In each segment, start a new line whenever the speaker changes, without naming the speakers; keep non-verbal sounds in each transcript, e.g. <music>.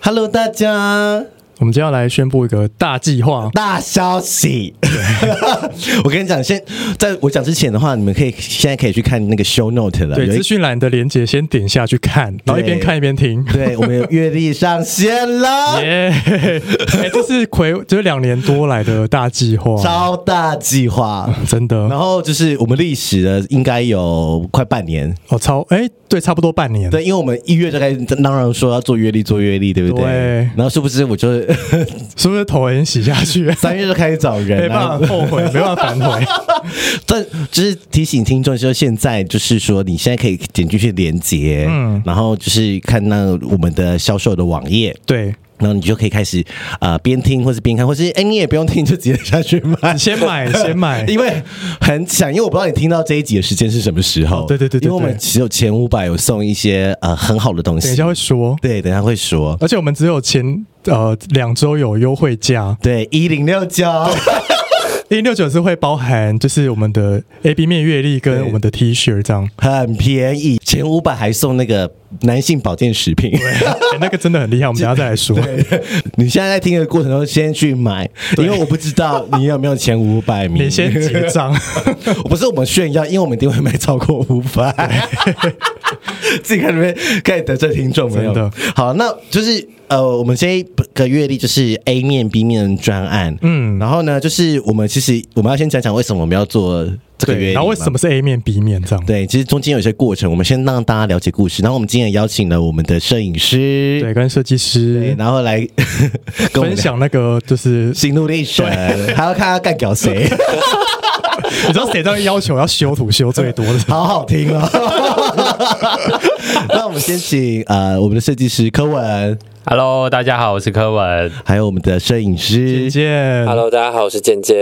Hello，大家，
我们今天要来宣布一个大计划，
大消息！ <laughs> 我跟你讲，先在我讲之前的话，你们可以现在可以去看那个 show note 了。
对
有一
资讯栏的连接先点下去看，然后一边看一边听。
对，我们有阅历上线
<laughs>
了。
耶！哎，这是魁，这是两年多来的大计划，
超大计划，
真的
然后就是我们历史的应该有快半年，
哦，超哎，对，差不多半年。
对，因为我们一月就开始嚷嚷说要做阅历，做阅历，对不对？
对
然后殊不知我就是 <laughs>
是不是头 <laughs> 很洗下去？
三月就开始找
<laughs> 没
人
办
啊
法。后悔，没办法反悔。
但就是提醒听众，就是现在就是说，你现在可以点进去连接，嗯，然后就是看那我们的销售的网页。
对，
然后你就可以开始，呃，边听或是边看，或是哎，你也不用听，你就直接下去买。
先
<laughs>
买，先买。
因为很想，因为我不知道你听到这一集的时间是什么时候。
哦对对对对对
因为我们只有前五百有送一些呃很好的东
等一
西
下。会说，
对，等一下会说。
而且我们只有前呃两周有优惠价，
对，一零六九，
一零六九是会包含就是我们的 A B 面阅历跟
对
我们的 T 恤 <laughs> 这样、
很便宜，前五百还送那个男性保健食品。
哎那个真的很厉害，我们等一下再来说。
<laughs> 你现在在听的过程中，先去买，因为我不知道你有没有前五百名。
你先结 <laughs> 账，
不 <laughs> 是我们炫耀，因为我们一定会卖超过五
<laughs>
百。自己看这边开始得罪听众没
真的
有？好，那就是呃，我们这一个月历就是 A 面 B 面专案，嗯，然后呢，就是我们其实我们要先讲讲为什么我们要做这个月历，
然后为什？么是 A 面 B 面这样？
对，其实中间有一些过程，我们先让大家了解故事。然后我们今天也邀请了我们的摄影师，
对，跟设计
对
师
然后来 <laughs> 跟我们
分
聊
享那个就是，
心路历程，还要看他干掉谁，
你知道谁在要求要修图修最 <laughs> 多的？
<laughs> 好好听哦。那我们先请呃我们的设计师柯文，
Hello，大家好，我是柯文。
还有我们的摄影
简
师。
介
Hello，大家好，我是健健。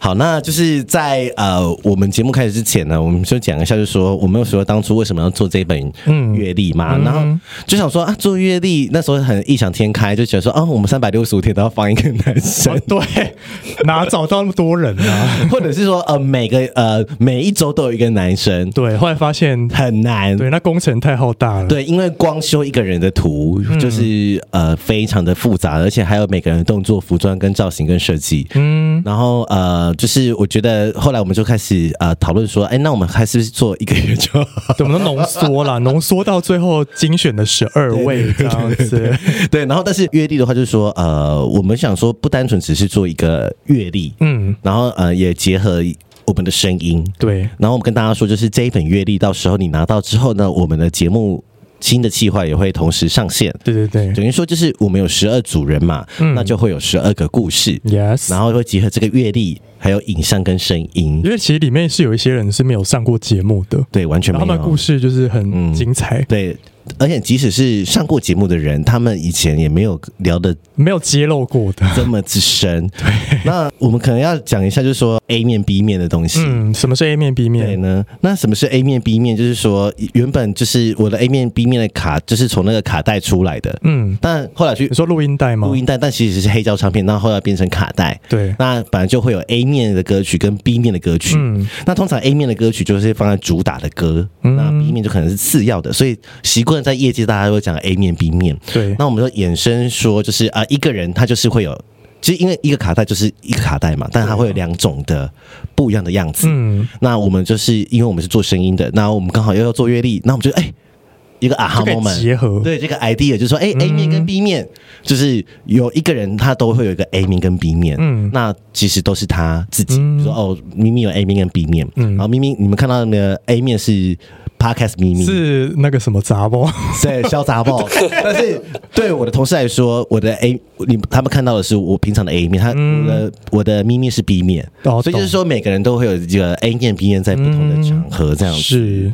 好，那就是在呃我们节目开始之前呢，我们就讲一下，就是说我们有说当初为什么要做这本
嗯
阅历嘛，然后就想说啊做阅历那时候很异想天开，就觉得说啊我们三百六十五天都要放一个男生
哦。对， <laughs> 哪找到那么多人啊？
<laughs> 或者是说，呃，每个呃每一周都有一个男生，
对，后来发现，
很难。
对，那工程太浩大了。
对，因为光修一个人的图就是、呃非常的复杂，而且还有每个人的动作、服装、跟造型、跟设计。嗯，然后呃，就是我觉得后来我们就开始呃讨论说，哎，那我们还是做一个月就好。
对，我们都浓缩 <laughs> 啦，浓缩到最后精选的十二位这样子。
对，然后但是阅历的话，就是说呃，我们想说不单纯只是做一个阅历，
嗯，
然后呃也结合我们的声音。
对，
然后我们跟大家说，就是这一本阅历，到时候你拿到之后呢，我们的节目新的计划也会同时上线。
对对对
等于说就是我们有十二组人嘛，
嗯
那就会有十二个故事，
，yes。
然后会结合这个阅历，还有影像跟声音
因，为其实里面是有一些人是没有上过节目的，
对，完全
然后他们
没
的
有啊嗯
故，事就是很精彩，
对，而且即使是上过节目的人，他们以前也没有聊的
没有揭露过的。
这么
<laughs>
之深。那我们可能要讲一下，就是说 A 面 B 面的东西。
嗯，什么是 A 面 B
对
面？
呢，那什么是 A 面 B 面？就是说，原本就是我的 A 面 B 面的卡，就是从那个卡带出来的。
嗯，
但后来去
你说录音带吗
录？音带，但其实是黑胶唱片，那后来变成卡带。
对，
那本来就会有 A 面的歌曲跟 B 面的歌曲。
嗯
那通常 A 面的歌曲就是放在主打的歌，那 B 面就可能是次要的，所以习惯在业界大家都会讲 A 面、B 面。
对
那我们就衍生说，就是啊、一个人他就是会有，其实因为一个卡带就是一个卡带嘛，但它会有两种的不一样的样子。
嗯，
那我们就是因为我们是做声音的，那我们刚好又要做乐历，那我们就哎、一个啊哈
就可以
moment，
结合嗯
对这个 idea 就是说，哎、a 面跟 B 面，就是有一个人他都会有一个 A 面跟 B 面，
嗯
嗯，那其实都是
嗯
他自己、说哦，咪咪有 A 面跟 B 面，嗯，然后咪咪你们看到的 A 面是。 podcast 秘密，
是那个什么杂包，
<laughs> 对，潇洒爆。但是对我的同事来说，我的 A，你他们看到的是我平常的 A 面，他我的我的咪咪是 B 面，
哦
嗯所以就是说每个人都会有这个 A 面、B 面在不同的场合这样子。
是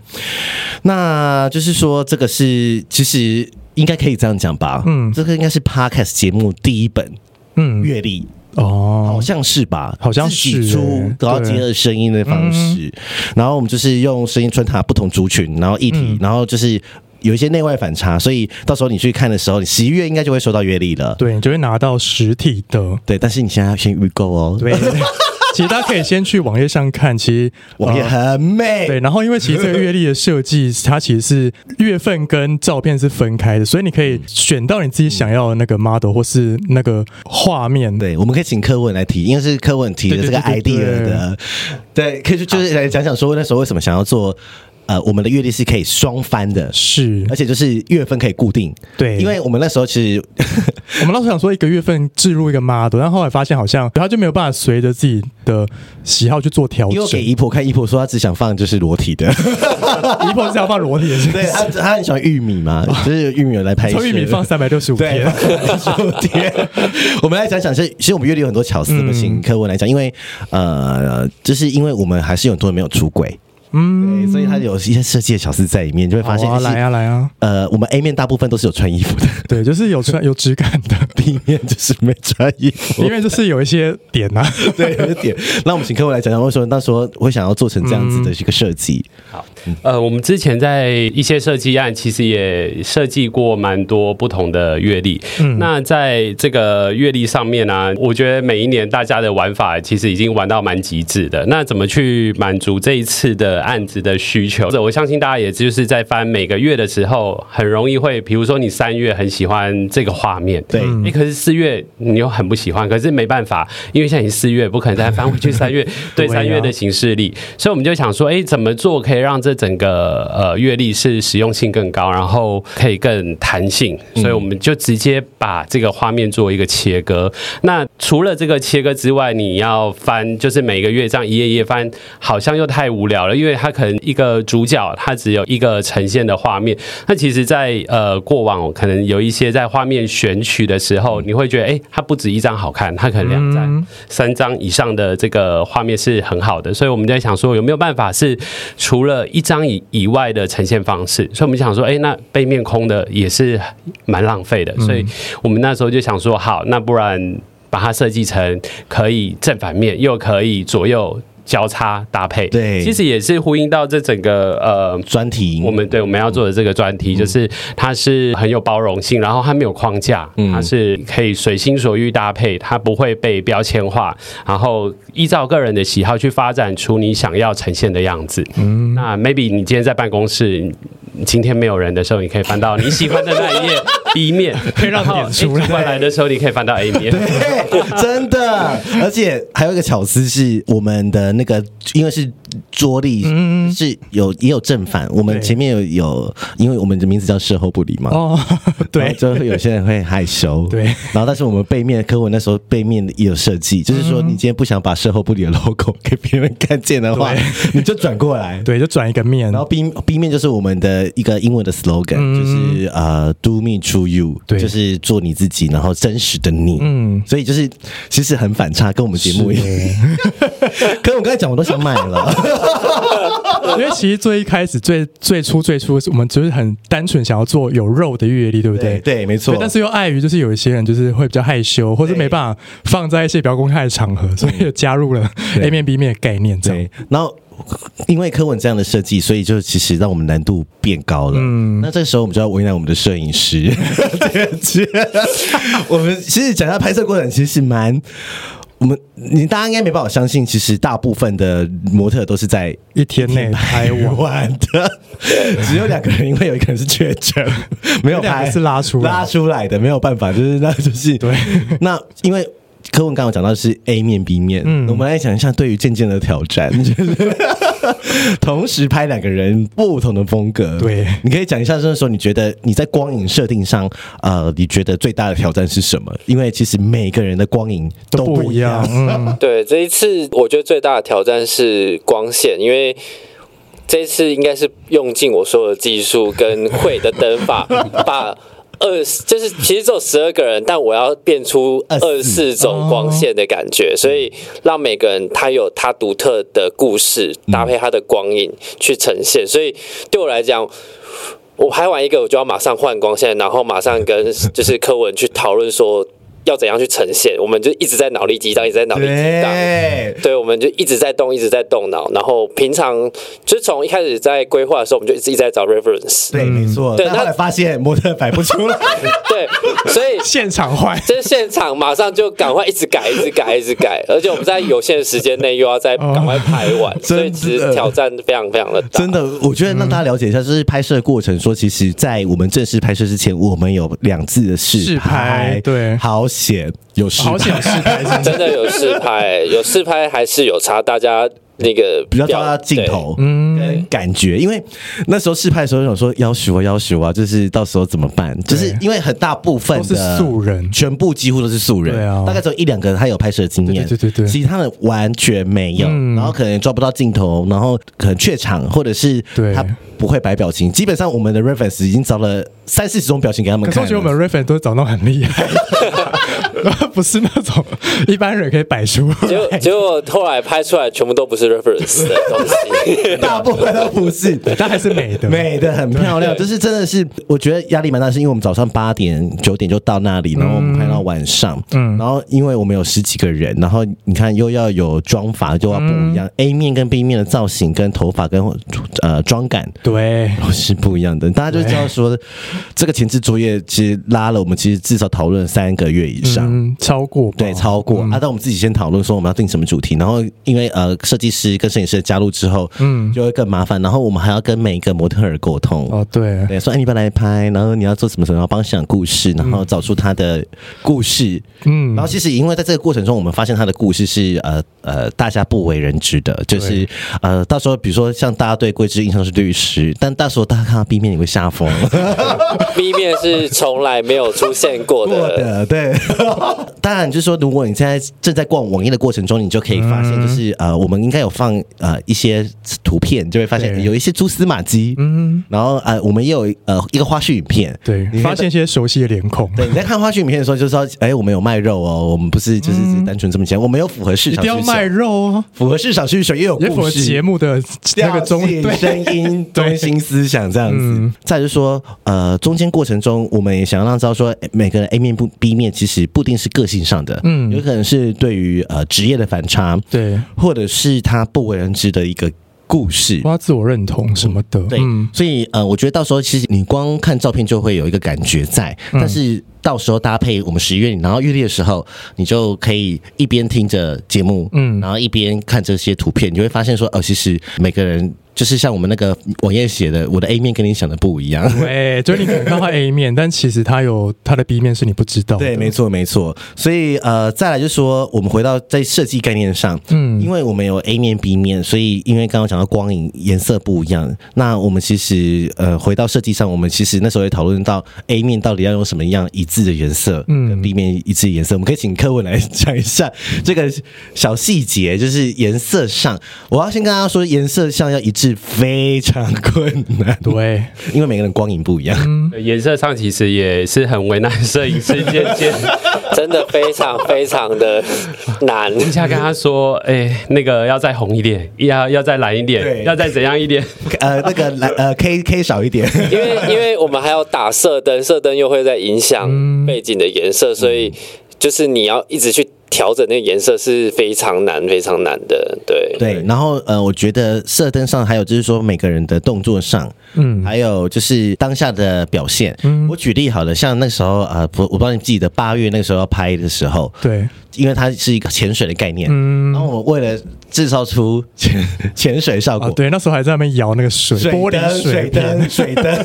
那就是说，这个是其实应该可以这样讲吧？嗯，这个应该是 podcast 节目第一本
嗯
阅历。好
哦，
像是吧，
好像
自己
是
出
欸，
然后
对
结合声音的方式，然后我们就是用声音穿插不同族群，然后议
嗯
题，然后就是有一些内外反差，所以到时候你去看的时候，你十一月应该就会收到月历了。
对你就会拿到实体的，
对，但是你现在要先预购哦。， <laughs>
对，其实大家可以先去网页上看，其实
网页
呃
很美。
对，然后因为其实这个月历的设计，它其实是月份跟照片是分开的，所以你可以选到你自己想要的那个 model 或是那个画面。
对，我们可以请柯文来提，因为是柯文提的这个
对对对
idea
对
的，对，可以就就是来讲讲说那时候为什么想要做，呃，我们的月历是可以双翻的，
是
而且就是月份可以固定，
对
因为我们那时候其实
我们当时想说一个月份置入一个 model，但后来发现好像它就没有办法随着自己的喜好去做调
因为我
整
给。姨婆看，姨婆说她只想放就是裸体的，
一碰是要放裸体的是不
<laughs> 对
<laughs> 是，
她她很喜欢玉米嘛，就是玉米有来拍摄，
从玉米放三百六十五
对
天，，
昨天我们来讲讲，其实其实我们阅历有很多巧思，我
嗯
们请柯文来讲，因为呃，就是因为我们还是有很多人没有出轨，嗯，所以他有一些设计的巧思在里面，你就会发现
好啊
就是
来啊来啊，
呃，我们 A 面大部分都是有穿衣服的 <laughs>
对，就是有穿有质感的，
，B 面就是没穿衣服
因。为就是有一些点呐、啊，
<laughs> 对，有一点。那我们请客户来讲讲，为什么那时候会想要做成这样
嗯
子的一个设计？
呃，我们之前在一些设计案，其实也设计过蛮多不同的阅历。
嗯
那在这个阅历上面呢、啊，我觉得每一年大家的玩法其实已经玩到蛮极致的。那怎么去满足这一次的案子的需求？我相信大家也就是在翻每个月的时候，很容易会，比如说你三月很喜欢这个画面，
对
嗯
哎、可是四月你又很不喜欢，可是没办法，因为现在已经四月，不可能再翻回去三月
对
对
啊
三月的形式力，所以我们就想说，哎，怎么做可以让这整个呃阅历是实用性更高，然后可以更弹性，所以我们就直接把这个画面做一个切割。那除了这个切割之外，你要翻，就是每个月这样一页一页翻，好像又太无聊了，因为它可能一个主角它只有一个呈现的画面，那其实在，呃过往可能有一些在画面选取的时候，你会觉得，哎、它不止一张好看，它可能两张、三张以上的这个画面是很好的。所以我们在想说，有没有办法是除了一张以以外的呈现方式？所以我们想说，哎、那背面空的也是蛮浪费的。所以我们那时候就想说，好，那不然把它设计成可以正反面，又可以左右。交叉搭配，
对
其实也是呼应到这整个呃
专题，
我们对我们要做的这个专题，就是它是很有包容性，然后它没有框架，它是可以随心所欲搭配，它不会被标签化，然后依照个人的喜好去发展出你想要呈现的样子。那 maybe 你今天在办公室。你今天没有人的时候，你可以翻到你喜欢的那一页 B 面，可以
让它演出来
过来的时候，你可以翻到 A
<laughs>
面。
对，真的。而且还有一个巧思是，我们的那个因为是桌历，
嗯
是有也有正反。我们
对
前面有有，因为我们的名字叫事后不理嘛。
哦，
然
<laughs> 对
后，就会有些人会害羞，
<laughs> 对
然后，但是我们背面，柯文那时候背面也有设计，就是
嗯
说，你今天不想把事后不理的 logo 给别人看见的话， <laughs> 你就转过来，
对，就转一个面，
然后 B 哦 B 面就是我们的一个英文的 slogan，、就是呃、Do me to you，
嗯对
就是做你自己，然后真实的你。嗯，所以就是其实很反差，跟我们节目一样。 <laughs> 可是我刚才讲，我都想买了。
<laughs> 因为其实最一开始最最初最初，我们就是很单纯想要做有肉的阅历，对不 <laughs> 对？
对对，没错
对。但是又碍于就是有一些人就是会比较害羞，或是没办法放在一些比较公开的场合，所以就加入了 A 面 B 面的概念，这样
对，然后。因为柯文这样的设计，所以就其实让我们难度变高了。嗯，那这时候我们就要为难我们的摄影师。这个其实我们其实讲一下拍摄过程，其实蛮我们你大家应该没办法相信，其实大部分的模特都是在
一天内拍完。
完的，只有两个人，因为有一个人是确诊，没
<laughs>
有
有两个
拍
是拉出来
拉出来的，没有办法，就是那就是对。 <laughs> 那因为柯文刚刚有讲到是 A 面 B 面，嗯，我们来讲一下对于渐渐的挑战，就是 <laughs> 同时拍两个人不同的风格，
对
你可以讲一下那时候你觉得你在光影设定上，呃，你觉得最大的挑战是什么？因为其实每个人的光影
都
不
不一样，嗯，
对，这一次我觉得最大的挑战是光线，因为这次应该是用尽我所有的技术跟会的灯法，把二十就是其实只有十二个人，但我要变出
24
二十哦四种光线的感觉，所以让每个人他有他独特的故事，搭配他的光影去呈现。所以对我来讲。我拍完一个，我就要马上换光线，然后马上跟
<laughs>
就是柯文去讨论说要怎样去呈现。我们就一直在脑力激荡，一直在脑力激
<laughs>
荡。
对，
对，我们就一直在动，一直在动脑。然后平常就是从一开始在规划的时候，我们就一直一直在找 reference。
对，没错。
对
但后
那
来发现模特摆不出来，
对，所以
现场 <laughs> 坏，
这现场马上就赶快一直改，一直改，一直改。而且我们在有限的时间内又要再赶快拍完，所以其
<laughs> 真
实
的
挑战非常非常的
<laughs>
大。
真的，我觉得让大家了解一下，就是拍摄过程。说其实，在我们正式拍摄之前，我们有两次的试
试拍对
好险有试
好
拍，
想试拍，真的
真的有试拍，有试拍还是有差，大家那个
比较抓
表
到镜。头，嗯，感觉。因为那时候试拍的时候，想说要许我要许我，就是到时候怎么办？就是因为很大部分的
都是素人
全部几乎都是素人，
对啊
大概只有一两个人他有拍摄经验，
对对对对对嗯
其他的完全没有，然后可能抓不到镜头，然后可能怯场，或者是
对
他不会摆表情。基本上我们的 reference 已经找了三四十种表情给他们
可是我
看了，
觉得我 <laughs> 们 reference 都找到很厉害， <laughs> 不是那种一般人可以摆出。
结果结果后来拍出来全部都不是 reference 的东西。
大部分都不是。
但还是美的，
美的很漂亮，就是真的是，我觉得压力蛮大，是因为我们早上八点九点就到那里，然后我们拍到晚上，嗯，然后因为我们有十几个人，然后你看又要有妆法，又要不一样、a 面跟 B 面的造型跟头发跟呃妆感。
对，
都是不一样的，大家就知道说，这个前置作业其实拉了我们，其实至少讨论三个月以上。
嗯，超过吧
对，超过、啊！但我们自己先讨论说我们要定什么主题，然后因为呃设计师跟摄影师的加入之后，嗯，就会更麻烦，然后我们还要跟每一个模特儿沟通。
哦，对，
对，说哎，你不要来拍，然后你要做什么什么，然后帮他想故事，然后找出他的故事，嗯，然后其实因为在这个过程中，我们发现他的故事是呃呃大家不为人知的，就是呃到时候比如说像大家对桂枝印象是律师，但到时候大家看到 B 面你会吓疯，
B 面是从来没有出现过
过
的，
的对， <laughs> 当然就是说，如果你现在正在逛网页的过程中，你就可以发现，就是、呃，我们应该有放呃一些图片，就会发现
对
有一些蛛丝马迹，嗯，然后呃，我们也有呃一个花絮影片，你
对，
可以
发现一些熟悉的脸孔， <laughs>
对，你在看花絮影片的时候，就知道，哎、我们有卖肉哦，我们不是就是只是单纯这么讲，我们有符合市
嗯一
场
定
需
要
求，
卖肉啊，
符合市场需求，也有
也符
故
合
事，
节目的那个中
调性
对。嗯
声音、中心思想这样子。再就是说，呃，中间过程中，我们也想让知道说，诶每个人 A 面不 B 面，其实不一定是个性上的，嗯，有可能是对于呃职业的反差，
对，
或者是他不为人知的一个故事。
挖自我认同什么的，嗯
对，所以呃，我觉得到时候其实你光看照片就会有一个感觉在，但是到时候搭配我们十一月你拿到月历的时候，你就可以一边听着节目，嗯，然后一边看这些图片，你就会发现说，哦，其实每个人就是像我们那个网页写的，我的 A 面跟你想的不一样。
对，就是你可能看到他 A 面， <laughs> 但其实他有他的 B 面是你不知道的，
对，没错，没错。所以呃，再来就是说，我们回到在设计概念上，嗯，因为我们有 A 面、B 面，所以因为刚刚讲到光影颜色不一样，那我们其实呃，回到设计上，我们其实那时候也讨论到 A 面到底要用什么样一致的颜色，嗯，B 面一致的颜色，我们可以请柯文来讲一下 <laughs> 这个小细节，就是颜色上，我要先跟大家说，颜色上要一致非常困难，
对，
因为每个人光影不一样，
对颜色上其实也是很为难摄影师渐渐。
真的非常非常的难。
一下跟他说，哎、那个要再红一点，要要再蓝一
对
点，要再怎样一点。
呃，那个来呃 K K 少一点。
因为因为我们还要打射灯，射灯又会在影响背景的颜色，所以就是你要一直去调整那个颜色是非常难、非常难的。对，
对，然后呃，我觉得射灯上还有就是说每个人的动作上，嗯，还有就是当下的表现。嗯，我举例好了，像那时候呃，不，我不知道你记得八月那个时候要拍的时候，
对，
因为它是一个潜水的概念，嗯，然后我为了制造出潜潜水效果，
啊，对，那时候还在那边摇那个水
水
玻
灯
璃
水
瓶，
灯、
<laughs>
水灯。
嗯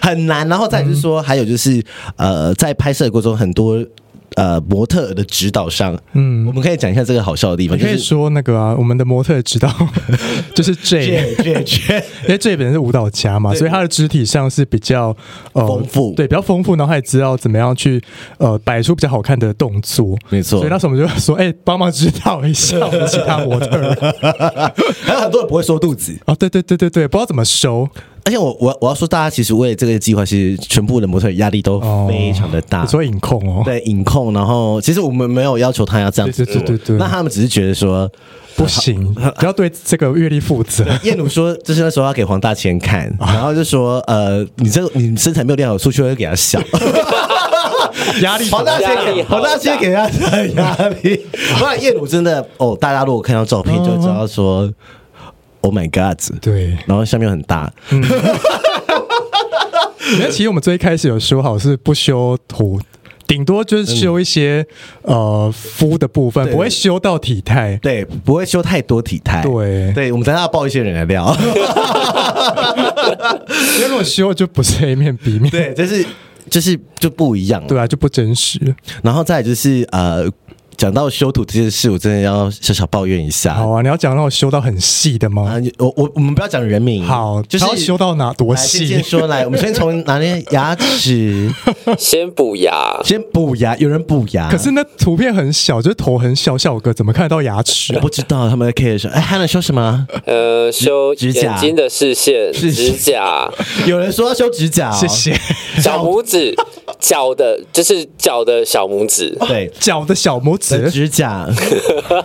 很难，然后再就是说，还有就是，呃，在拍摄的过程中，很多呃模特儿的指导上，
嗯
我们可以讲一下这个好笑的地方，
你
就
可以
<laughs> 是
说那个啊，我们的模特指导 <laughs> 就是 J，
确确
因为 J 本身是舞蹈家嘛，所以他的肢体上是比较呃
丰富
对，比较丰富，然后他也知道怎么样去呃摆出比较好看的动作。
没错
所以，那时候我们就说，哎、帮忙指导一下我们其他模特
<laughs>
儿
还有很多人不会收肚子，
啊，对对对对对，不知道怎么收，
而且我我我要说，大家其实为了这个计划，其实全部的模特儿压力都非常的大。
你说影控哦，
啊对影控，然后其实我们没有要求他要这样子
对对对
做
对对
那他们只是觉得说，
不行，不要对这个阅历负责。
燕如说，就是那时候要给黄大千看，然后就说，呃，你这你身材没有练好，出去会给他 <laughs> 笑。
压力
黄大千
压力
给
好
黄
大
大千给他的压力。不然燕如真的哦，大家如果看到照片就知道说，Oh my God！
对，
然后下面又很大，
那其实我们最开始有说好是不修图，顶多就是修一些、呃肤的部分，
嗯对
不会修到体态。
对，不会修太多体态。
对
对，我们等一下要爆一些人的料。
<laughs> 因为如果修就不是 A 面 B 面，
对，就是就是就不一样。
对啊，就不真实。
然后再来就是呃，讲到修图这件事，我真的要小小抱怨一下。
好啊，你要讲让我修到很细的吗？
啊，我我我们不要讲人名，
好，
呃就是
他要修到哪多
来先
细
先？说来，我们先从哪里牙齿
先补牙，
先补牙，有人补
<laughs> <laughs>
牙，
可是那图片很小，就是头很小，小哥怎么看得到牙齿
我
啊？
不知道他们在 K 的时候，哎，还能说什么？
呃，修
指甲
眼睛的视线、
是
指甲、
有人说要修指甲、
<laughs>
哦，
谢。谢。
<laughs> 小拇指、脚的，就是脚的小拇指。
对，
脚的小拇
的
指，<laughs>
指甲
哦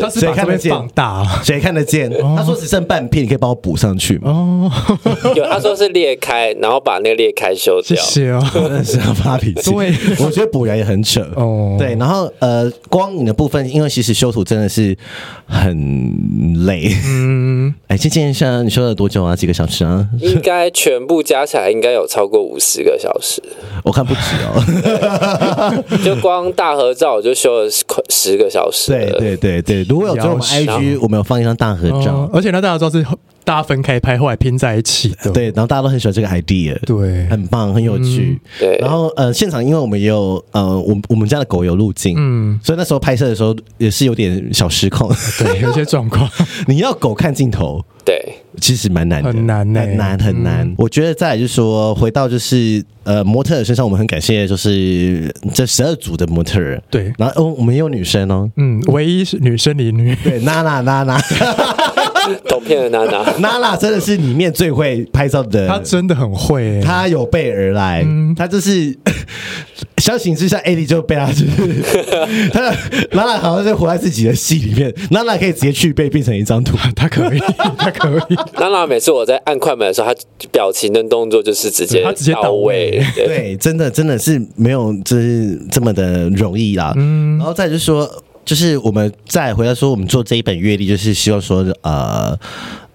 他是
谁
把这
看得
边
见
放
<laughs>
大
谁看得见？他说只剩半片，你可以帮我补上去吗？
哦。
<laughs> 有，他说是裂开，然后把那个裂开修
谢
掉。
谢哦。 <laughs>
真的是要发脾气。
对，
我觉得补牙也很扯。
哦
<laughs> 对，然后呃，光影的部分，因为其实修图真的是很累。嗯，哎，这件事你修了多久啊？几个小时啊？
应该全部加起来应该有超过五十个小
<laughs>
时，
我看不止哦。
就光大合照我就修了快十个小时
对
了。
对对对，如果有追我们
疗伤
IG，我们有放一张大合
哦
照。
而且呢，大家知道是大家分开拍，后来拼在一起的。
对，然后大家都很喜欢这个 idea。
对，嗯
很棒，很有趣。
对
然后呃，现场因为我们也有呃，我我们家的狗有路径，嗯，所以那时候拍摄的时候也是有点小失控。 <laughs>
对，有些状况
你要狗看镜头，
对
其实蛮难的，嗯
很难欸
很难，很难。我觉得再来就是说，回到就是呃，模特儿身上，我们很感谢就是这十二组的模特儿，
对
然后、哦、我们也有女生哦，
嗯，唯一是女生邻女，
<laughs> 对，娜娜娜 <laughs> 娜
懂骗了娜娜。 <laughs>
娜娜真的是里面最会拍照的，
她真的很会、欸。
他有备而来，他就是 <laughs> 相形之下，AD 就被他就是 <laughs> 他娜娜好像是活在自己的戏里面，娜娜可以直接去背变成一张图，
<laughs> 她可以，她可
<laughs>
以，
娜娜每次我在按快门的时候，她表情跟动作就是直接
她直接到
到位
位。
对，
对，真的真的是没有就是这么的容易啦。然后再就是说，就是我们再回来说，我们做这一本阅历，就是希望说，呃。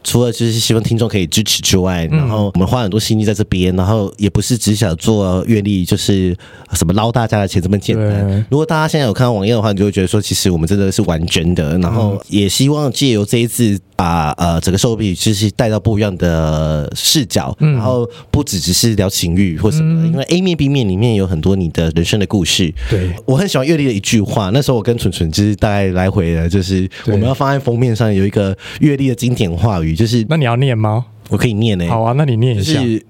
除了就是希望听众可以支持之外，然后我们花很多心力在这边，然后也不是只想做阅历，就是什么捞大家的钱这么简
对
单。如果大家现在有看到网页的话，你就会觉得说，其实我们真的是玩真的，然后也希望借由这一次把呃整个手臂就是带到不一样的视角，
嗯
然后不只只是聊情欲或什么的，因为 A 面 B 面里面有很多你的人生的故事。
对
我很喜欢阅历的一句话，那时候我跟纯纯就是大概来回的，就是
对
我们要放在封面上有一个阅历的经典话语，就是
那你要念吗？
我可以念欸呢、
好啊，那你念一
就
下。
是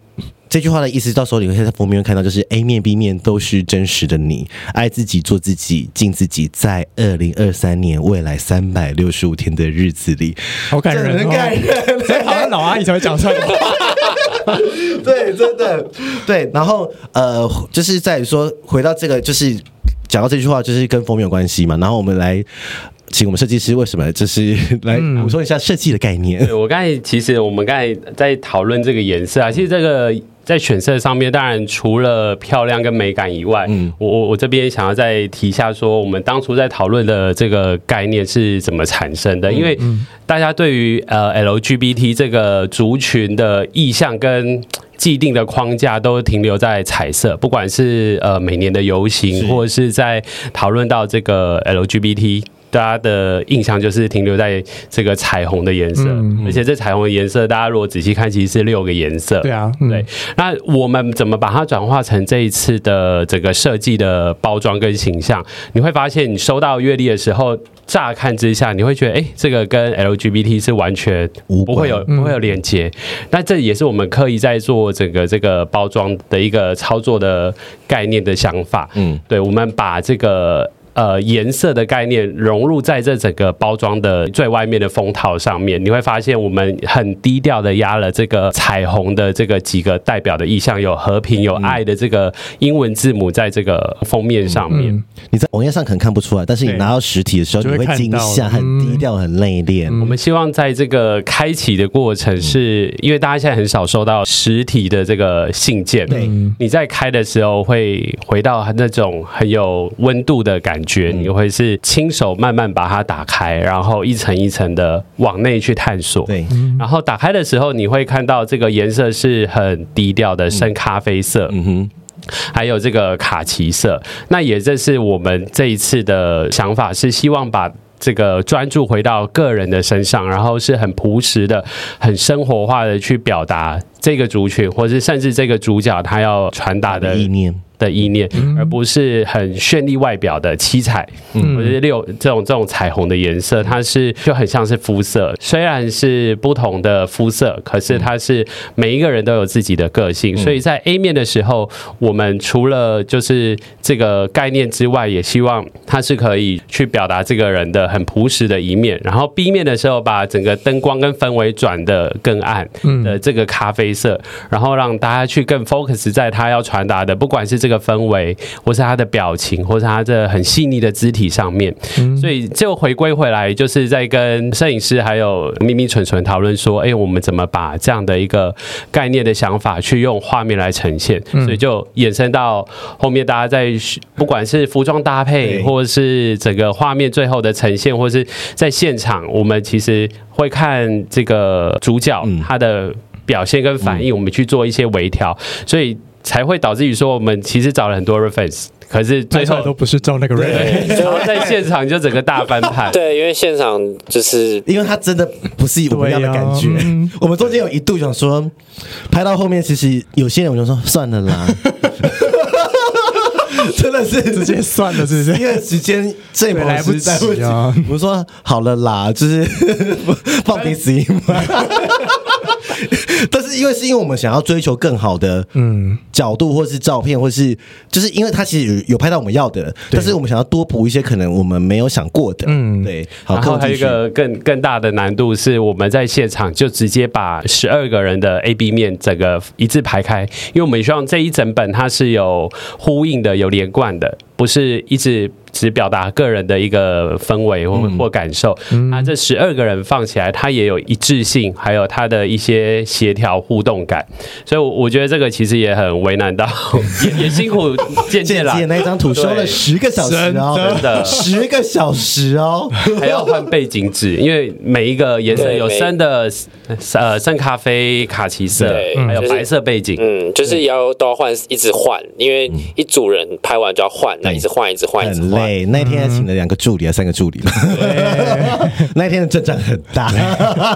这句话的意思，到时候你会在封面会看到，就是 A 面 B 面都是真实的你，爱自己，做自己，尽自己，在二零二三年未来三百六十五天的日子里，
好感人、哦，
这很感
<laughs>
人
这好像老
啊
阿姨才会讲出来的话。
对，真的对。然后呃，就是在于说回到这个，就是讲到这句话，就是跟封面有关系嘛。然后我们来请我们设计师为什么就是来
嗯
补充一下设计的
<laughs>
概念。
对我刚才其实我们刚才在讨论这个颜色啊，其实这个在选色上面，当然除了漂亮跟美感以外，嗯，我我我这边想要再提一下，说我们当初在讨论的这个概念是怎么产生的，因为大家对于呃 LGBT 这个族群的意向跟。既定的框架都停留在彩色，不管是呃每年的游行，或者是在讨论到这个 LGBT 大家的印象就是停留在这个彩虹的颜色，
嗯嗯
而且这彩虹的颜色，大家如果仔细看，其实是六个颜色。
<laughs> 对啊，嗯
对，那我们怎么把它转化成这一次的整个设计的包装跟形象？你会发现，你收到阅历的时候，乍看之下你会觉得，哎、这个跟 LGBT 是完全
无嗯
不会有
关
不会有连接。那这也是我们刻意在做整个这个包装的一个操作的概念的想法。
嗯，
对，我们把这个。呃，颜色的概念融入在这整个包装的最外面的封套上面，你会发现我们很低调的压了这个彩虹的这个几个代表的意象，有和平、
嗯
有爱的这个英文字母在这个封面上面。
嗯
你在网页上可能看不出来，但是你
对
拿到实体的时候，
就
你
会
会
看
惊
到嗯
吓，很低调，很内敛。
我们希望在这个开启的过程是，因为大家现在很少收到实体的这个信件，
对
你在开的时候会回到那种很有温度的感觉，你会是亲手慢慢把它打开，然后一层一层的往内去探索。
对，
然后打开的时候，你会看到这个颜色是很低调的深咖啡色，
嗯哼，
还有这个卡其色。那也这是我们这一次的想法，是希望把。这个专注回到个人的身上，然后是很朴实的、很生活化的去表达这个族群，或是甚至这个主角他要传达的
意念，
的意念，而不是很绚丽外表的七彩，嗯，或者是六这种这种彩虹的颜色，它是就很像是肤色，虽然是不同的肤色，可是它是每一个人都有自己的个性，所以在 A 面的时候，我们除了就是这个概念之外，也希望它是可以去表达这个人的很朴实的一面，然后 B 面的时候，把整个灯光跟氛围转的更暗的这个咖啡色，然后让大家去更 focus 在他要传达的，不管是这个氛围，或是他的表情，或是他这很细腻的肢体上面。
嗯
所以就回归回来，就是在跟摄影师还有咪咪蠢蠢讨论说，哎、我们怎么把这样的一个概念的想法去用画面来呈现？
嗯
所以就衍生到后面大家在不管是服装搭配，
对
或是整个画面最后的呈现，或是在现场，我们其实会看这个主角
嗯
他的表现跟反应，我们去做一些微调，所以才会导致于说我们其实找了很多 reference，可是
拍
最
<laughs>
出来都
后
不是照那个 rap，
对， <laughs> 然后在现场就整个大翻盘。
对，因为现场就是
因为它真的不是我们要的感觉
对啊嗯。
<laughs> 我们中间有一度想说，拍到后面其实有些人我就说算了啦， <laughs> 真的是直
直接算了，是不是？
因为时间最宝
来不
石
及
在不及，
啊
我们说好了啦，就是 <laughs> 放平死因嘛。 <laughs> 但是因为是因为我们想要追求更好的嗯角度，或是照片，或是就是因为它其实有有拍到我们要的，但是我们想要多补一些可能我们没有想过的，嗯，对。好，
然后还有一
客户
个更更大的难度是，我们在现场就直接把十二个人的 A、B 面整个一字排开，因为我们希望这一整本它是有呼应的、有连贯的，不是一直只表达个人的一个氛围或、
嗯
或感受。那这十二个人放起来，它也有一致性，还有它的一些协调互动感。所以我，我觉得这个其实也很为难到， <laughs> 也也辛苦 <laughs>
<laughs> 继续
渐渐
姐
啦
姐。那一张图
对
修了十个小时哦，
真的
十个小时 <laughs> 哦，
<laughs>
还要换背景纸，因为每一个颜色
对
有
每
深的呃深咖啡、卡其色
对，
还有
就是
白色背景。
嗯，就是要都要换，一直换，因为
嗯
一组人拍完就要换，那一直换，一直换，一直
很
换。
累。那天还请了两个助理，还啊三个助理了。 <laughs> 那天的阵仗很大，嗯 <laughs>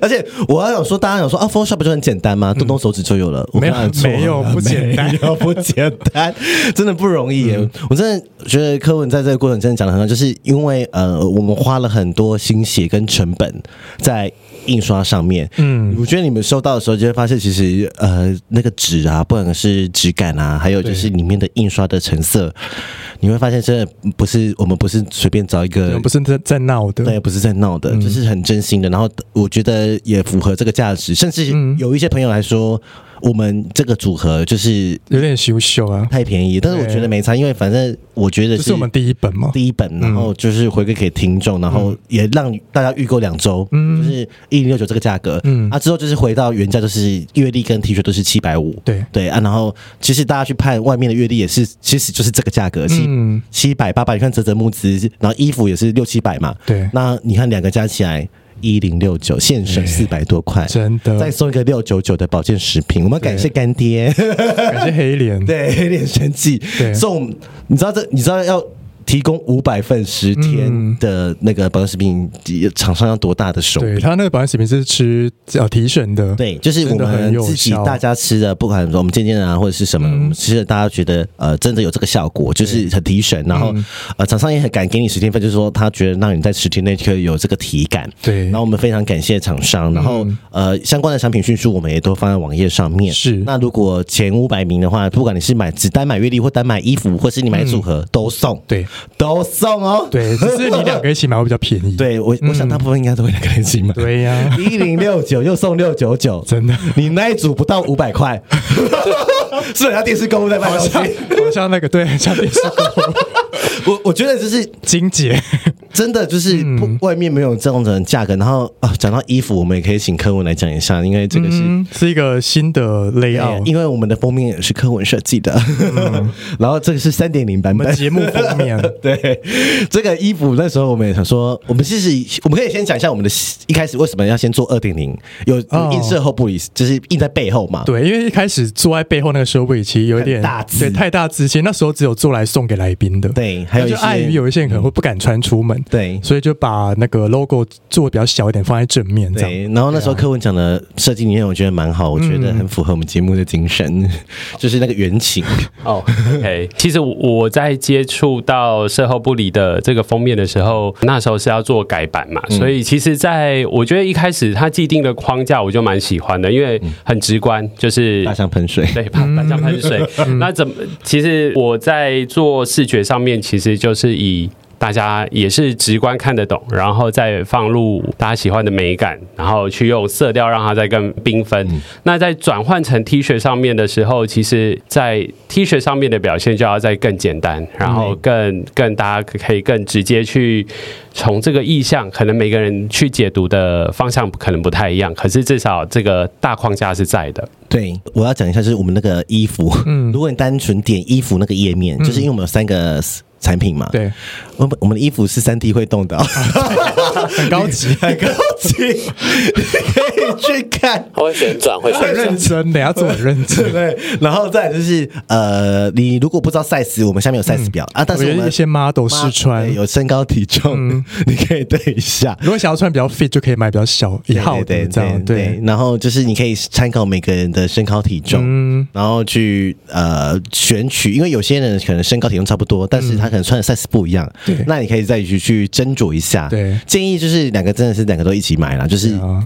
而且我要想说，大家想说啊，Photoshop 不就很简单吗？动动手指就嗯有了。我
没有
刚刚错了
没有不简单
没有不简单，真的不容易
嗯
耶。我真的觉得柯文在这个过程真的讲的很好，就是因为呃，我们花了很多心血跟成本在。印刷上面，嗯，我觉得你们收到的时候就会发现，其实呃，那个纸啊，不管是质感啊，还有就是里面的印刷的成色，你会发现真的不是我们不是随便找一
我
个
们不是嗯在在闹
对，
的，
不是在闹的，就是很真心的。然后我觉得也符合这个价值，甚至
嗯
有一些朋友来说，我们这个组合就是
有点羞羞啊，
太便宜，但是我觉得没差，因为反正我觉得
这是我们嗯第一本嘛，
第一本，然后就是回馈给听众，
嗯
然后也让大家预购两周，就是一零六九这个价格，嗯，啊之后就是回到原价，就是月历跟 T 恤都是七百五，
对
对啊，然后其实大家去看外面的月历也是，其实就是这个价格，七
嗯
七百八百，你看泽泽募资，然后衣服也是六七百嘛，
对
那你看两个加起来。一零六九现省四百多块，
真的
再送一个六九九的保健食品，我们感谢干爹。
感谢黑脸，
对，有点生气，
对
送你知道这你知道要提供五百份十天的那个保健食品，厂商要多大的手
对
笔？
他那个保健食品是吃呃提神的，
对，就是我
真的很
们
有
自己
效
大家吃的，不管说我们健健啊或者是什么，我们吃的大家觉得呃真的有这个效果，就是很提神。然后、呃厂商也很敢给你十天份，就是说他觉得让你在十天内可以有这个体感。
对
然后我们非常感谢厂商，然后、
嗯
呃相关的产品叙述我们也都放在网页上面。
是
那如果前五百名的话，不管你是买只单买月历或单买衣服，或是你买组合，都送，
嗯对
都送哦。
对，只是你两个一起买会比较便宜。
<laughs> 对我，我想大部分应该都会两个人一起买。
对呀、
<laughs> 一零六九又送六九九，
<laughs> 真的
你那一组不到五百
<laughs>
块，是人家电视购物在卖
好
东
像
西。
好像那个对，很像电
<laughs>
视购物
我我觉得就是
金姐，
真的就是不、
嗯
外面没有这种的价格。然后啊，讲到衣服，我们也可以请柯文来讲一下，因为这个是。
嗯，是一个新的
对
layout。
因为我们的封面也是柯文设计的， <laughs> 然后这个是三点零版
嗯我
本
们节目封面
<laughs> 对，这个衣服那时候我们也想说，我们其实我们可以先讲一下我们的一开始为什么要先做二点零，有
哦
有映射后不理，就是印在背后嘛。
对，因为一开始坐在背后那个收尾，其实有一点
很大字
对，太大字。其实那时候只有做来送给来宾的，
对还有一
那
些嗯
就碍于有一些人可能会不敢穿出门，
对
所以就把那个 logo 做得比较小一点，放在正面这样。
对，然后那时候柯文讲的设计理念，我觉得蛮好，我觉得很符合我们节目的精神，
啊
<laughs> 就是那个原
<laughs>
型。
哦、o k 其实我我在接触到售后不理的这个封面的时候，那时候是要做改版嘛，
嗯
所以其实在我觉得一开始它既定的框架我就蛮喜欢的，因为很直观，就是
大象喷水，
对，喷喷像喷水。那怎么？其实我在做视觉上面，其实就是以。大家也是直观看得懂，然后再放入大家喜欢的美感，然后去用色调让它再更缤纷。那在转换成 T 恤上面的时候，其实，在 T 恤上面的表现就要再更简单，然后更更大家可以更直接去从这个意向，可能每个人去解读的方向可能不太一样，可是至少这个大框架是在的。
对，我要讲一下，就是我们那个衣服，
嗯
<laughs> 如果你单纯点衣服那个页面，就是因为我们有三个产品嘛，，
对，
我们我们的衣服是三 D 会动
<laughs>
的哦、，
很高级
很高级，你可以去看。
他会旋转，
<laughs>
会
很
旋转
认。真，等下做很认
<laughs>
真。
对，然后再来就是呃，你如果不知道 size，我们下面有 size 表、啊，但是
嗯我
我
觉得
们
一些 model 试穿嗯
对有身高体重， <laughs> 你可以对一下。
如果想要穿比较 fit，就可以买比较小一号的这样。对，
然后就是你可以参考每个人的身高体重，
嗯
然后去呃选取，因为有些人可能身高体重差不多，但是他可能穿的 size 不一样，
嗯对
那你可以再去去斟酌一下。
对
建议就是两个真的是两个都一起买啦，就是。
啊，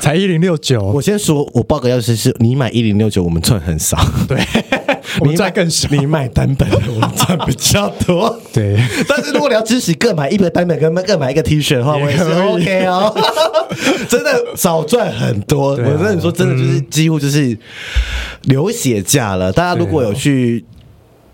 才一零六
我
九，
先说，我报个要是是你买一零六九，我们赚很少，
对，
<laughs>
我们赚更少。
你买单本，我们赚比较多。
<laughs> 对，
但是如果你要支持各买一个单本跟各买一个 T 恤的话，我也是
也可以 <laughs>
OK 哦，真的少赚很多。
对啊
我跟你说，真的就是几乎就是流血价了。大家如果有去。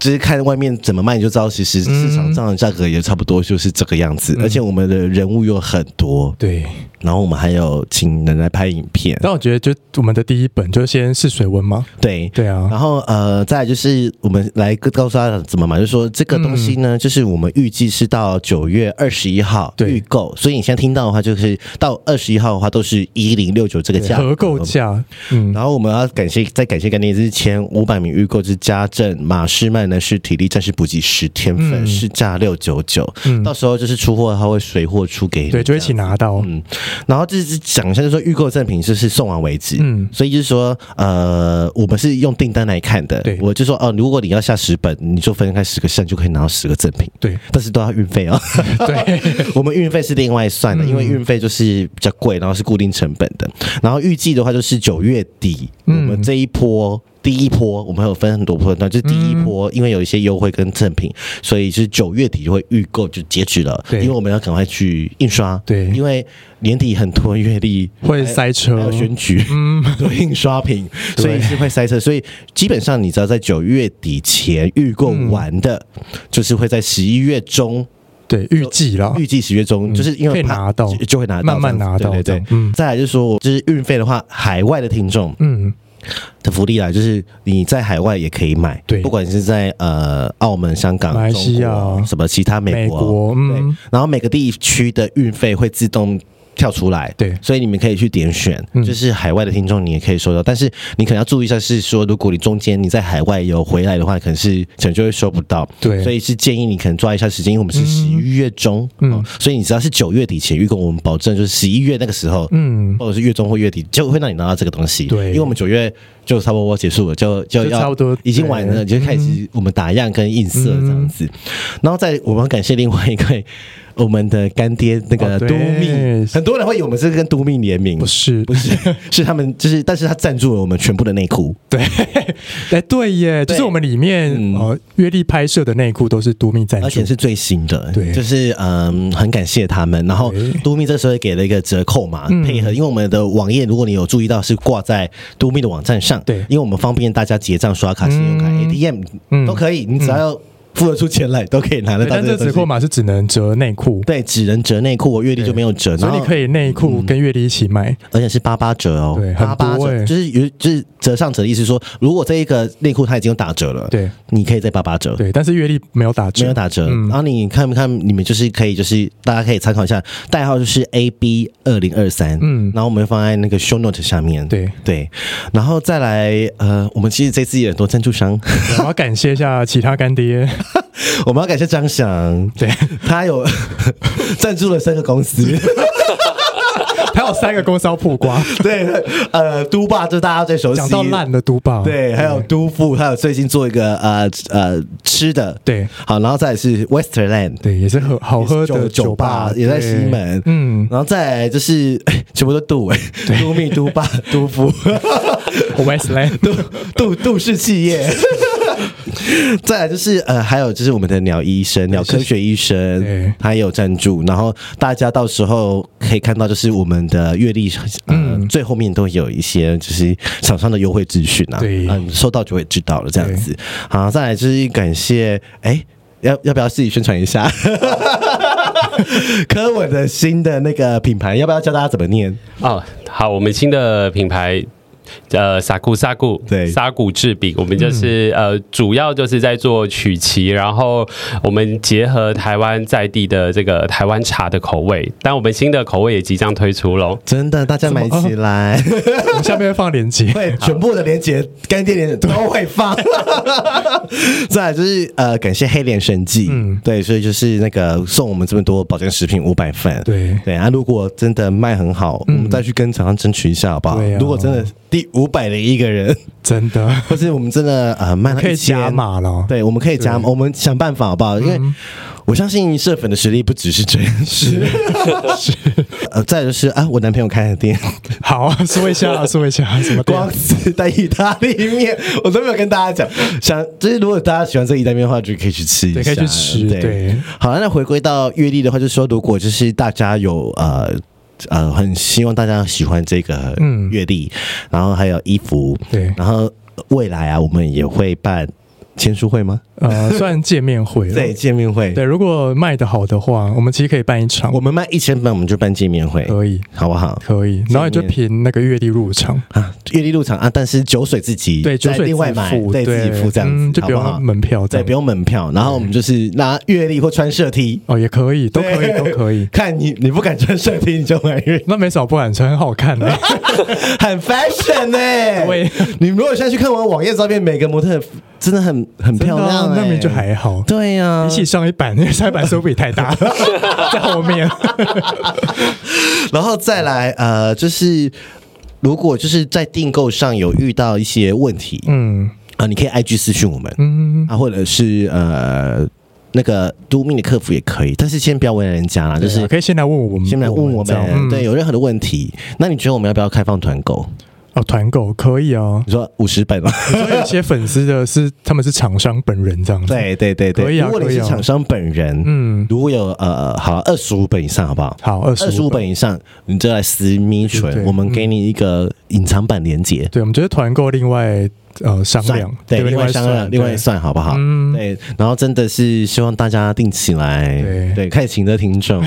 就是看外面怎么卖，你就知道，其实
嗯
市场上的价格也差不多就是这个样子。而且我们的人物又很多，
对。
然后我们还有请人来拍影片，
但我觉得，就我们的第一本就先试水温嘛。
对
对啊
然后呃，再来就是我们来告诉大家怎么买，就是说这个东西呢，就是我们预计是到九月二十一号
嗯对
预购，所以你现在听到的话，就是到二十一号的话都是一零六九这个价格
合购。价，嗯，
然后我们要感谢，再感谢干爹，这是前五百名预购之家政马士曼呢是体力战士补给十天份，
嗯
市价六九九，到时候就是出货他会随货出给你，
对，就一
这样
起拿到，
嗯，然后就是讲一下，就是说预购赠品就是送完为止，
嗯
嗯，所以就是说，呃，我们是用订单来看的，
对
我就说哦，如果你要下十本，你就分开十个项就可以拿到十个赠品，
对
但是都要运费哦， <laughs>
对，
我们运费是另外算的，因为运费就是比较贵，然后是固定成本的，然后预计的话就是九月底，我们这一波。第一波我们还有分很多波段，就是第一波，因为有一些优惠跟赠品，所以就是九月底就会预购就截止了。
对
因为我们要赶快去印刷。
对
因为年底很多月历
会塞
还
车
有，选举，嗯，对印刷品，所以是会塞车。所以基本上你只要在九月底前预购完的，就是会在十一月中
对，预计啦，
预计十月中，就是因为
哦嗯可以
怕
拿到
就就会拿到，
慢慢
这样子
拿到
对
这
对
样
对。
嗯
再来就是说，我就是运费的话，海外的听众
嗯，
的福利啦，就是你在海外也可以买，
对
不管是在呃澳门、香港、
马来西亚
中国什么其他美啊
美
国，
国，嗯，
然后每个地区的运费会自动。跳出来，
对嗯
所以你们可以去点选，就是海外的听众你也可以收到，但是你可能要注意一下，是说如果你中间你在海外有回来的话，可能是可能就会收不到，
对
所以是建议你可能抓一下时间，因为我们是十一月中，嗯、所以你只要是九月底前预购，我们保证就是十一月那个时候，
嗯
嗯，或者是月中或月底就会让你拿到这个东西，
对
因为我们九月就差不多结束了，就就
就
要
差不多
已经完了，就开
嗯
始我们打样跟印色这样子，然后再我们要感谢另外一位我们的干爹那
哦
个
对
都密，很多人会以为我们是跟都密联名，
不是
不是，是他们就是，但是他赞助了我们全部的内裤， <laughs>
对，哎，对耶，就是我们里面
嗯
呃月历拍摄的内裤都是独密赞助，
而且是最新的，
对
就是嗯，很感谢他们。然后
对嗯
都密这时候也给了一个折扣嘛，配合，因为我们的网页，如果你有注意到是挂在都密的网站上，
对嗯
因为我们方便大家结账、刷卡、信用卡、ATM 都可以，你只要付得出钱来，都可以拿得
对
到
但
这个
这
东
折
西
扣。码是只能折内裤，
对，嗯只能折内裤，我月历就没有折，
所
然
以
后
你可以内裤跟月历一起买，
而且是八八折哦，
对
八八
很多欸
折就是有就是折上折的意思是说，如果这一个内裤它已经有打折了，
对，
你可以再八八折，
对，但嗯是月历没有打折，
没有打折。然后你看不看？你们就是可以，就是大家可以参考一下，代号就是 A B 二零二三。
嗯
嗯，然后我们会放在那个 show note 下面。
对
对，然后再来，呃，我们其实这次也有很多赞助商， <laughs>
对我要感谢一下其他干爹，
我们要感谢张翔，
对
他有 <laughs> 赞助了三个
<laughs>
公司。
还有三个公司要曝
<laughs>
光，
对，呃，都霸就是大家最熟悉，
讲到烂的都爆，
对，还有都富，还有最近做一个呃呃吃的，
对
好，然后再来是 Westerland，
对，也是很好喝的
酒吧
吧，
也在西
对
门，嗯
嗯，，
然后再来就是哎全部都杜哎， <laughs> 杜密、杜
<laughs>
霸、杜夫、
Westland
杜杜杜氏企业。 <laughs> 再来就是呃，还有就是我们的鸟医生、鸟科学医
对
生，他也有赞助。然后大家到时候可以看到，就是我们的阅历，呃，最后面都有一些就是厂商的优惠资讯啊，
对
嗯，收到就会知道了这样子。好，再来就是感谢，哎、要要不要自己宣传一下？ <laughs> 科文的新的那个品牌，要不要教大家怎么念？
哦，好，我们新的品牌。呃，萨古萨古
对
萨古制饼，我们就是、呃，主要就是在做曲奇，然后我们结合台湾在地的这个台湾茶的口味，但我们新的口味也即将推出喽。
真的，大家买起 <laughs> 来。
我们下面会放链接，
会全部的连接，干爹连接都会放。 <laughs> 再来就是呃，感谢黑脸神技，嗯，对，所以就是那个送我们这么多保健食品五百份，
对
对嗯啊，如果真的卖很好，我们再去跟厂商争取一下，好不好？
对啊
如果真的第五百零一个 <laughs> 人，
真的
或是我们真的呃卖了
可以
1000
加码了
对，嗯我们可以加，我们想办法好不好？因为我相信社粉的实力不只是这样， <laughs> 是是，呃，再来就是啊，我男朋友开的店。
好， <laughs> 说一
<laughs>
下，说一下什么店
光是在意大利面，我都没有跟大家讲。想就是如果大家喜欢这个意大利面的话，就可以去吃一
对
下，
可以去吃对
好，那回归到阅历的话，就是说，如果就是大家有呃。呃，很希望大家喜欢这个
嗯
阅历，然后还有衣服，
对
然后未来啊，我们也会办签书会吗？ <laughs>
呃，算见面会了，
对，见面会，
对，，如果卖的好的话，我们其实可以办一场
我，们卖一千本，我们就办见面会，
可以，
好不好？
可以，然后你就
面
凭那个月历入场，
啊，阅历入场啊，但是酒水自己
对，酒
再
水
另外
自
买，
付
对自己付这样
嗯
子，
就不
好好
用门票这
对，
样，
不用门票，然后我们就是拿阅历或穿社 T，
哦，也可以，都可以，
对。
都可以
<laughs> 看你你不敢穿社 T，你就买
<laughs>
阅历，
那没什么不敢穿，很好看的、
很 fashion 呢、
对，
你如果现在去看我网页照片，每个模特真的很很漂
真的
亮、
啊
欸，
那边就还好。
对啊呀、
比起上一版， <laughs> 因为上一版收比太
<laughs>
大，在后面。
然后再来呃，就是如果就是在订购上有遇到一些问题，
嗯，
啊，你可以 IG 私讯我们，嗯啊，或者是呃那个都命的客服也可以，但是先不要为难人家啦，就是
可以先来问我们，
先来问我
这样嗯
们，对，有任何的问题，那你觉得我们要不要开放团购？
哦，团购可以啊。
你说五十本吗？
所以有些粉丝的是他们是厂商本人这样子。，
<laughs> 对对对
可
对，
以啊
如果你
可以
是
啊
厂商本人，
嗯
嗯，如果有呃好二十五本以上，好不好？
好，二
二十
十
五
五
本
本。
以上，你就来私密
对对嗯
群，我们给你一个隐藏版连接。
对，我们觉得团购另外呃商
算
量，
对，
另
另外商量，
算
另外
对
算好不好？
嗯
对，然后真的是希望大家定起来，
对
对，开始请的听众。 <laughs>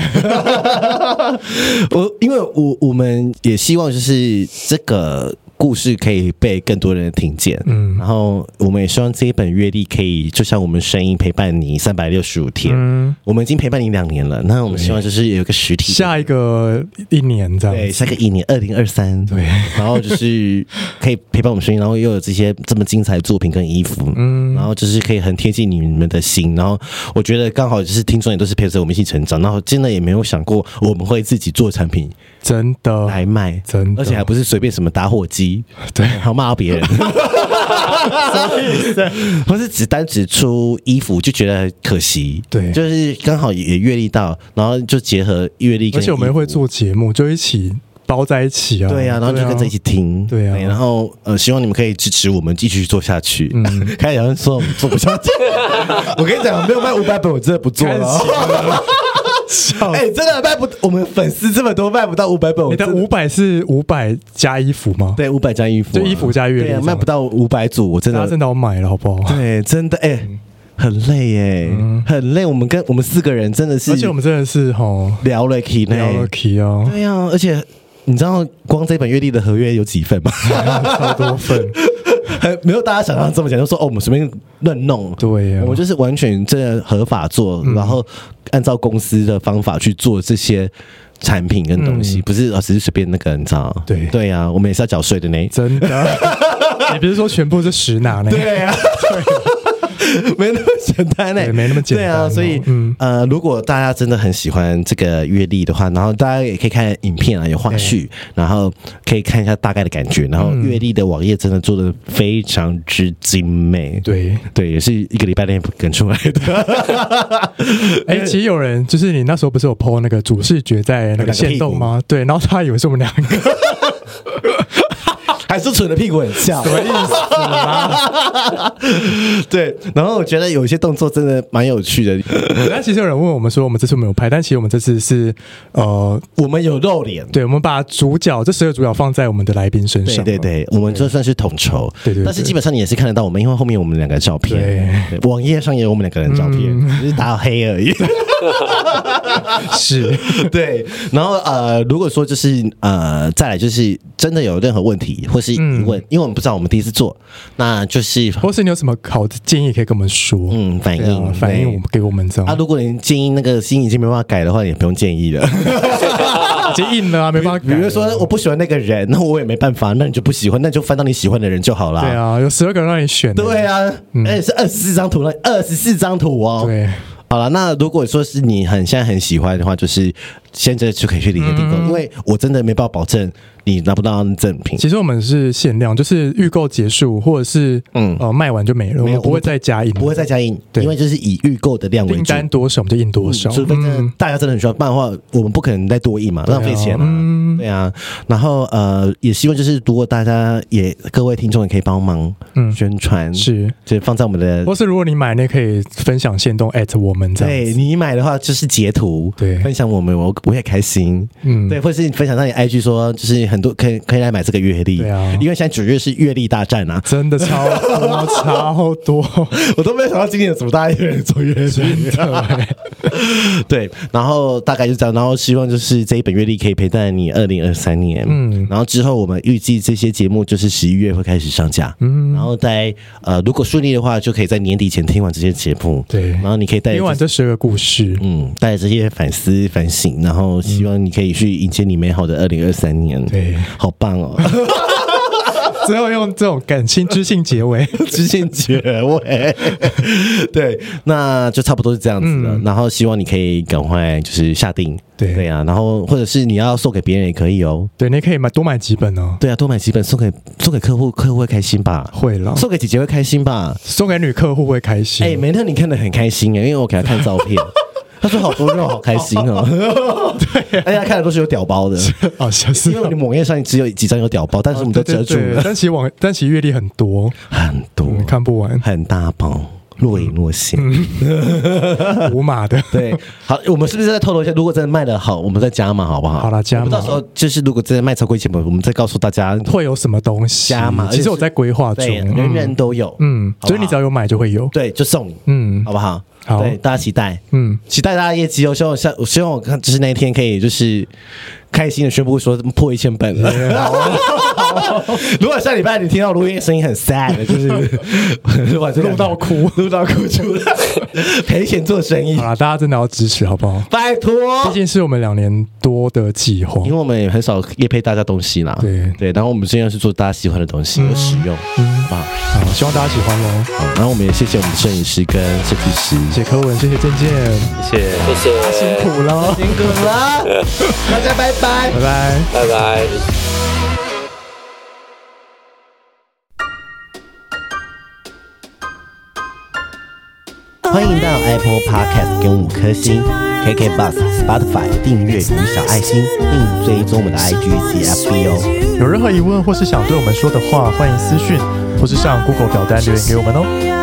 我因为我我们也希望就是这个。故事可以被更多人听见。嗯，然后我们也希望这一本阅历可以，就像我们声音陪伴你三百六十五天。嗯，我们已经陪伴你两年了，那我们希望就是有一个实体的
下一个一年这样
对，
子，
下个一年二零二三，对， <laughs> 然后就是可以陪伴我们声音，然后又有这些这么精彩的作品跟衣服，嗯，然后就是可以很贴近你们的心，然后我觉得刚好就是听众也都是陪着我们一起成长，然后真的也没有想过我们会自己做产品
真的
来卖，
真的
而且还不是随便什么打火机，对，还要骂
<laughs>
别人。不是只单只出衣服就觉得可惜，
对
就是刚好也阅历到，然后就结合阅历，
而且我们会。做节目，就一起包在一起啊。
对呀、然后就跟着一起听，
对啊
然后呃，希望你们可以支持我们继续做下去。
嗯
<laughs> 开始有人说我们做不
<laughs>
下去，我跟你讲，没有卖五百本，我真的不做啊
开始
了。
笑
<laughs> 哎、真的卖不，我们粉丝这么多，卖不到五百本，我
你的
真
五百是五百加衣服吗？
对五百张衣服啊、
就衣服加阅历
对啊，
这样
卖不到五百组，我真
大家
的，
真的嗯要买了，好不好？
对，真的，哎、很累哎、很累。我们跟我们四个人真的是，
而且我们真的是吼
聊了 k 呢，
聊了 k 哦，
对呀、而且你知道光这本月历的合约有几份吗？
<laughs> 超多份，
很 <laughs> 没有大家想象这么简单，就说哦，我们随便乱弄。
对呀嗯
我们就是完全真的合法做，然后按照公司的方法去做这些产品跟东西，不是啊，只是随便那个，你知道？
嗯对
对呀、我们也是要缴税的呢。
真的。 <laughs> 你不是说全部是实拿呢？
对呀、 <laughs> 没那么简单嘞、
对没那么简单
对啊，所以、
嗯
呃，如果大家真的很喜欢这个阅历的话，然后大家也可以看影片啊，有花絮，然后可以看一下大概的感觉。然后
嗯
阅历的网页真的做的非常之精美，
对，
对，也是一个礼拜内梗出来的。
哎、其实有人就是你那时候不是有 PO 那个主视觉在那个线动吗？对，然后他以为是我们两
<laughs>
个，
还是蠢的屁股很翘，什么意思啦？ <laughs> 对，然后我觉得有一些动作真的蛮有趣的，
但其实有人问我们说我们这次没有拍，但其实我们这次是呃，
我们有露脸。
对，我们把主角这十个主角放在我们的来宾身
对
上，
对对，我们就算是统筹，
对对对
但是基本上你也是看得到我们，因为后面有我们两个照片，对网页上也有我们两个人的照片，只是打黑而已。
是，
对，然后呃，如果说就是呃，再来就是真的有任何问题或是疑问，因为我们不知道我们第一次做，那就是
或是你有什么好的建议可以跟我们说，
嗯反
对啊
应
反
对
映我们给我们这
啊，
样，
如果你建议那个心已经没办法改的话，也不用
<laughs>
建议了。
已经硬了啊，没办法改
比
了，
如说我不喜欢那个人，那我也没办法，那你就不喜欢，那你就翻到你喜欢的人就好啦。
对啊，有十二个让你选，
对啊，而且是二十四张图，那二十四张图哦。
对，
好了，那如果说是你很现在很喜欢的话，就是现在就可以去领先订购，因为我真的没办法保证你拿不到赠品。
其实我们嗯是限量，就是预购结束或者是嗯
嗯
呃卖完就没了，我们
没有
不会再加印，
不会再加印，
对
因为就是以预购的量为
订
主。
单多少我们就印多少，
嗯
嗯
除非真的大家真的很需要，不然的话我们不可能再多印嘛，浪费钱啊。对啊，然后呃，也希望就是如果大家也各位听众也可以帮忙宣传，
是
就放嗯在我们的
或是如果你买，你也可以分享线动 at 我们这样
对
子。
你买的话就是截图，
对
分享我们，我我也开心，
嗯
嗯，对，或是你分享到你 IG 说，就是很多可以可以来买这个月历，
对啊
因为现在九月是月历大战啊，
真的超多超多，
<laughs> 我都没有想到今年有这么大一个人做月历， <laughs> 对，然后大概就这样，然后希望就是这一本月历可以陪伴你二零二三年，嗯，然后之后我们预计这些节目就是十一月会开始上架，嗯，然后在呃如果顺利的话，就可以在年底前听完这些节目，
对
然后你可以带着
听完这十个故事，
嗯，带着这些反思、反省，然后希望你可以去迎接你美好的二零二三年。
对
好棒哦！ <laughs>
最后用这种感情知性结
<laughs>
尾。
知性结
<laughs>
尾，对，那就差不多是这样子了。然后希望你可以赶快就是下定，
嗯对
对啊，然后或者是你要送给别人也可以哦。
对，你也可以买多买几本哦，
对啊，多买几本送给送给客户，客户会开心吧？
会啦，
送给姐姐会开心吧？
送给女客户会开心。
哎、梅特，你看得很开心哎、因为我给他看照 <laughs> 片，他说好多肉，好开心 <laughs> 哦。对、而且哎他看的都是有屌包的。
<laughs> 哦，小思
哎因为你网页上只有几张有屌包，但是我们都遮住
对对对
了
但其实网，但其实阅历很多，
<laughs> 很多，
你看不完，
很大包，若隐若现。
五码的。
对，好，我们是不是在透露一下？如果真的卖的好，我们再加码好不好？
好啦加码
我们到时候就是如果真的卖超过一千本，我们再告诉大家
会有什么东西
加码。
其实我在规划中，
对，人人都有，
嗯，
好不好
所以你只要有买就会有。
对就送你，
嗯
好不好？
好
对，大家期待，
嗯，
期待大家业绩哦。希望我下，我希望我看，就是那一天可以，就是开心的宣布说破一千
<laughs>
本了。
啊
<laughs> 如果下礼拜你听到录音声音很 sad，就是哇
录到哭，
<laughs> 录到哭出来， <laughs> 赔钱做生意
好，啦，大家真的要支持好不好？
拜托。
毕竟是我们两年多的计划
因。为我们也很少也配大家东西啦，
对嗯
对，然后我们现在是做大家喜欢的东西，有实用，哇，
好，希望大家喜欢喽。
好然后我们也谢谢我们的摄影师跟设计师，
谢谢柯文，谢谢健健，
谢谢。
谢谢，
辛苦喽，
辛苦了，大家拜拜。
拜拜。
拜拜。
欢迎到 Apple Podcast 给我们五颗星，KKBox、Spotify 订阅与小爱心，并追踪我们的 IG 及 FB 哦。
有任何疑问或是想对我们说的话，欢迎私讯或是上 Google 表单留言给我们哦。